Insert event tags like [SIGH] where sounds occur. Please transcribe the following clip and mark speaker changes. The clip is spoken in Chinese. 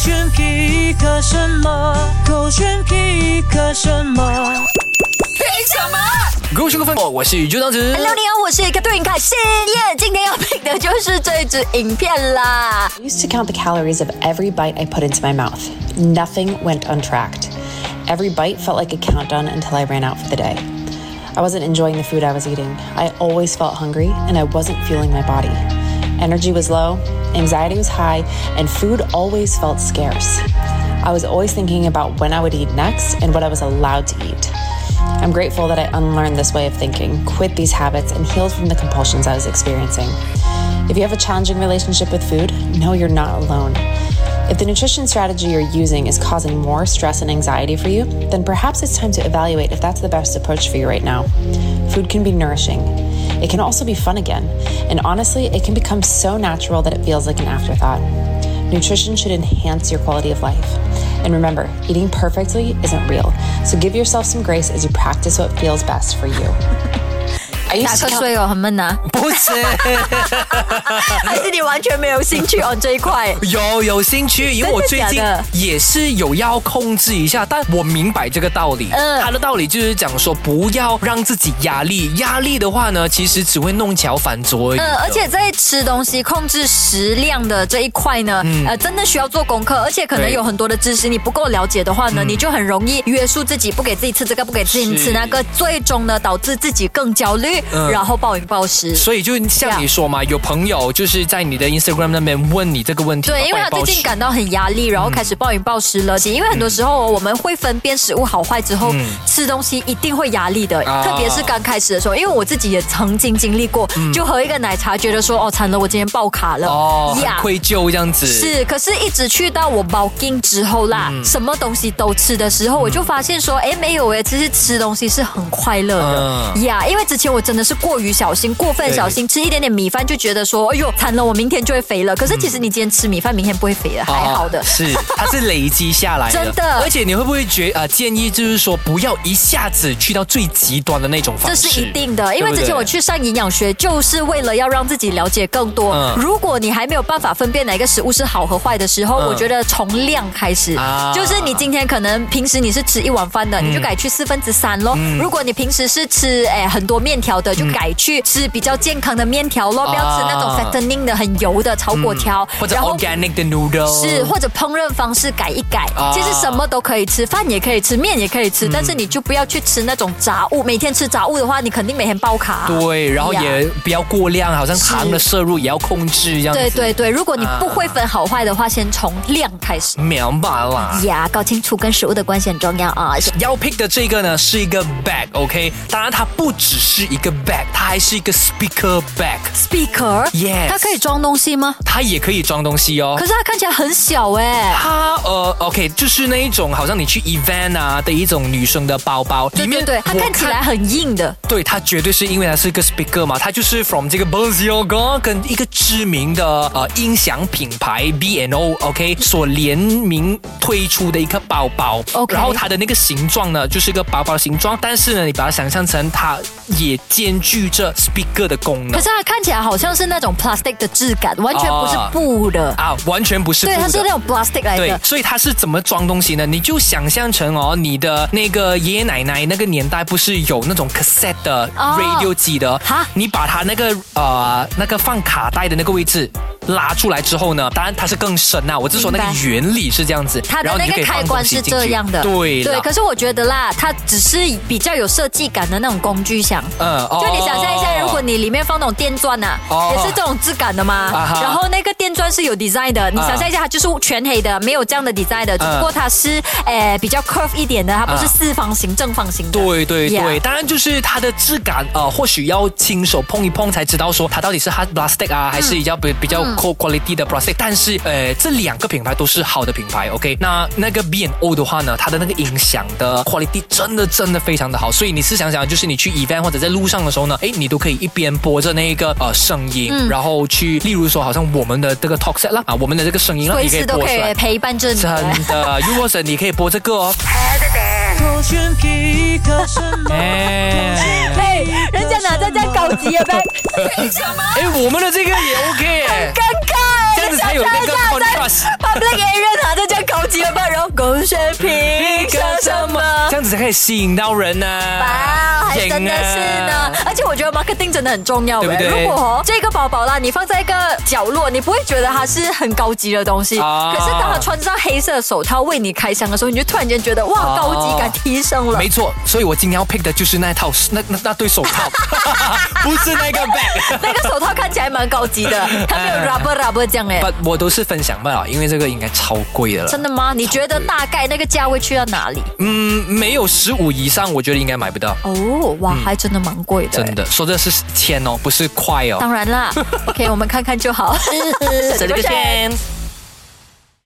Speaker 1: 选皮克什么？狗选皮克什么？
Speaker 2: 各位观众，我是宇宙当子。
Speaker 3: 六零幺，我是 Catherine 凯欣耶，今天要 pick 的就是这支影片啦。
Speaker 4: I used to count the calories of every bite I put into my mouth. Nothing went untracked. Every bite felt like a countdown until I ran out for the day. I wasn't enjoying the food I was eating. I always felt hungry and I wasn't fueling my body. Energy was low, anxiety was high, and food always felt scarce. I was always thinking about when I would eat next and what I was allowed to eat. I'm grateful that I unlearned this way of thinking, quit these habits, and healed from the compulsions I was experiencing. If you have a challenging relationship with food, know you're not alone. If the nutrition strategy you're using is causing more stress and anxiety for you, then perhaps it's time to evaluate if that's the best approach for you right now. Food can be nourishing. It can also be fun again. And honestly, it can become so natural that it feels like an afterthought. Nutrition should enhance your quality of life. And remember, eating perfectly isn't real. So give yourself some grace as you practice what feels best for you.
Speaker 3: [LAUGHS] 打
Speaker 4: I used to
Speaker 3: 瞌
Speaker 4: count
Speaker 3: 睡哦，很闷呐、[LAUGHS]
Speaker 2: 不是，
Speaker 3: 还是你完全没有兴趣 on 这一块？
Speaker 2: 有有兴趣，因为我最
Speaker 3: 真
Speaker 2: 近
Speaker 3: 的假
Speaker 2: 也是有要控制一下，但我明白这个道理。
Speaker 3: 嗯
Speaker 2: 他的道理就是讲说，不要让自己压力，压力的话呢，其实只会弄巧反拙而已。
Speaker 3: [LAUGHS] 呃，而且在吃东西控制食量的这一块呢，
Speaker 2: 嗯
Speaker 3: 呃，真的需要做功课，而且可能
Speaker 2: 对
Speaker 3: 有很多的知识你不够了解的话呢，你就很容易约束自己，不给自己吃这个，不给自己
Speaker 2: 是
Speaker 3: 吃那个，最终呢导致自己更焦虑，
Speaker 2: 嗯
Speaker 3: 然后暴饮暴食。
Speaker 2: 所以就像你说嘛，有朋友就是在你的 Instagram 那边问你这个问题嘛，
Speaker 3: 对，因为他
Speaker 2: 暴饮
Speaker 3: 最近
Speaker 2: 暴食
Speaker 3: 感到很压
Speaker 2: 嗯
Speaker 3: 力，然后开始暴饮暴食了。因为很多时候我们会分辨食物好坏之后，吃东西一定会压力的，
Speaker 2: 嗯啊
Speaker 3: 特别是刚开始的时候。因为我自己也曾经经历过，
Speaker 2: 嗯
Speaker 3: 就喝一个奶茶，觉得说哦惨了，我今天爆卡了，
Speaker 2: 哦，
Speaker 3: 呀
Speaker 2: 很愧疚这样子。
Speaker 3: 是，可是一直去到我 b o g i n 之后啦，什么东西都吃的时候，我就发现说，哎，没有哎，其实吃东西是很快乐的呀。因为之前我真的是过于小心，过分小心，吃一点点米饭就觉得说，哎呦，惨了，我明天就会肥了。可是其实你今天吃米饭，明天不会肥的，还好的
Speaker 2: 哦。是它是累积下来的，
Speaker 3: 真的
Speaker 2: 而且你会不会觉呃建议就是说不要一下子去到最极端的那种方
Speaker 3: 这
Speaker 2: 式？
Speaker 3: 是一定的，因为
Speaker 2: 对不对
Speaker 3: 之前我去上营养学，就是为了要让自己了解更多。
Speaker 2: 嗯
Speaker 3: 如果你还没有办法分辨哪个食物是好和坏的时候，
Speaker 2: 嗯
Speaker 3: 我觉得从量开始，
Speaker 2: 啊嗯
Speaker 3: 就是你今天可能平时你是吃一碗饭的，你就改去四分之三咯。如果你平时是吃诶很多面条
Speaker 2: 嗯
Speaker 3: 的，就改去吃比较健康的面条咯，不要吃那种
Speaker 2: 啊嗯
Speaker 3: fattening 的、很油的炒粿条，
Speaker 2: 或者
Speaker 3: 然后
Speaker 2: organic 的 noodle
Speaker 3: 是，或者烹饪方式改一改，
Speaker 2: 哦啊嗯
Speaker 3: 其实什么都可以吃，饭也可以吃，面也可以吃，但是你就不要去吃那种杂物。每天吃杂物的话，你肯定每天爆卡、啊
Speaker 2: 对，然后
Speaker 3: 呀
Speaker 2: 也不要过量，好像糖的摄入也要控制这样子。
Speaker 3: 对对对，如果你不会分好坏的话，先从量开始。
Speaker 2: 明白啦。
Speaker 3: 呀，搞清楚跟食物的关系很重要啊！
Speaker 2: 要 pick 的这个呢是一个 bag，OK，、当然它不只是一个 bag，它还是一个 speaker bag，
Speaker 3: Speaker，
Speaker 2: Yes
Speaker 3: 它可以装东西吗？
Speaker 2: 它也可以装东西哦
Speaker 3: 可。是它看起来很小哎、
Speaker 2: 它呃，OK，就是那一种好像你去 event 啊的一种女生的包包，
Speaker 3: 对
Speaker 2: 里
Speaker 3: 对
Speaker 2: 面
Speaker 3: 对，它
Speaker 2: 我
Speaker 3: 看起来很硬的。
Speaker 2: 对，它绝对是因为它是一个 speaker 嘛，它就是 from 这个 b o z i o g o 跟一个知名的呃音响品牌 B N O OK 所联名推出的一个包包。
Speaker 3: OK
Speaker 2: 然后它的那个形状呢，就是一个包包的形状，但是呢，你把它想象成它也兼具着 speaker 的功能
Speaker 3: 可是它看起来好像是那种 plastic 的质感，完全不是
Speaker 2: 哦
Speaker 3: 布的。
Speaker 2: 啊，完全不是
Speaker 3: 对，
Speaker 2: 布
Speaker 3: 它
Speaker 2: 的
Speaker 3: 是那种 plastic 来
Speaker 2: 对
Speaker 3: 的，。
Speaker 2: 所以它是怎么装东西呢？你就想象成哦，你的那个爷爷奶奶那个年代不是有那种 cassette 的
Speaker 3: 哦
Speaker 2: radio 机的？
Speaker 3: 哈
Speaker 2: 你把它那个呃那个放卡带的那个位置。拉出来之后呢，当然它是更深啊。我是说那个
Speaker 3: 明白
Speaker 2: 原理是这样子，
Speaker 3: 它的
Speaker 2: 然后
Speaker 3: 那
Speaker 2: 你就可
Speaker 3: 个
Speaker 2: 以放
Speaker 3: 开
Speaker 2: 东
Speaker 3: 关
Speaker 2: 西
Speaker 3: 是
Speaker 2: 进
Speaker 3: 这
Speaker 2: 去
Speaker 3: 样的，
Speaker 2: 对
Speaker 3: 对。
Speaker 2: 了
Speaker 3: 可是我觉得啦，它只是比较有设计感的那种工具箱。
Speaker 2: 嗯，哦
Speaker 3: 就你想象一下，如果你里面放那种电钻呐、
Speaker 2: 哦
Speaker 3: 也是这种质感的嘛。
Speaker 2: 啊哈啊
Speaker 3: 然后那个电钻是有 design 的，你想象一下，它就是全黑的，没有这样的 design 的，只不过它是诶、呃比较 curve 一点的，它不是
Speaker 2: 嗯啊
Speaker 3: 四方形、正方形的。
Speaker 2: 对对对
Speaker 3: Yeah
Speaker 2: 当然就是它的质感，呃，或许要亲手碰一碰才知道说它到底是 hard plastic
Speaker 3: 嗯
Speaker 2: 啊，还是比较比比较 co quality 的 plastic、但是呃，这两个品牌都是好的品牌，OK。那那个 B N O 的话呢，它的那个音响的 quality 真的真的非常的好，所以你试想想，就是你去 event 或者在路上的时候呢，哎，你都可以一边播着那个呃声音、
Speaker 3: 嗯
Speaker 2: 然后去，例如说好像我们的这个 talk set 啦，啊，我们的这个声音啦，
Speaker 3: 随
Speaker 2: 你可以
Speaker 3: 时都
Speaker 2: 播
Speaker 3: 可
Speaker 2: 出
Speaker 3: 以
Speaker 2: 来。
Speaker 3: 陪伴着你。
Speaker 2: 真的 u w a s o n 你可以播这个哦，
Speaker 1: 狗选皮克什么？
Speaker 2: 哎。
Speaker 3: [LAUGHS] 嘿，人家哪在这样高级啊？为什 [LAUGHS] 么？
Speaker 2: [LAUGHS] 哎，我们的这个也 OK 哎，
Speaker 3: 尴尬，
Speaker 2: 这样子才有那个 contrast。
Speaker 3: public area 拿着这样
Speaker 2: 可以吸引到人啊呢、
Speaker 3: 宝，还真的是呢。而且我觉得 marketing 真的很重要
Speaker 2: 对不
Speaker 3: 诶
Speaker 2: 对
Speaker 3: 如果哦这个包包啦，你放在一个角落，你不会觉得它是很高级的东西，
Speaker 2: 啊
Speaker 3: 可是当它穿上黑色手套为你开箱的时候，你就突然间觉得哇，
Speaker 2: 啊
Speaker 3: 高级感提升了
Speaker 2: 没。错，所以我今天要 pick 的就是那套那那那对手套， [LAUGHS] 不是那个 bag。
Speaker 3: 那个手套看起来蛮高级的，它没有 rubber rubber 这样诶。
Speaker 2: 不，我都是分享罢了，因为这个应该超贵的了。
Speaker 3: 真的吗？你觉得大概那个价位去到哪里？
Speaker 2: 嗯，没有十五以上，我觉得应该买不到。
Speaker 3: 哦，哇，还真的蛮贵的。
Speaker 2: 真。的，说的是钱哦，不是块
Speaker 3: [LAUGHS]
Speaker 2: 哦。
Speaker 3: 当然啦，OK，我们看看就好。 [LAUGHS]
Speaker 2: 省了个
Speaker 3: 不是
Speaker 2: 钱。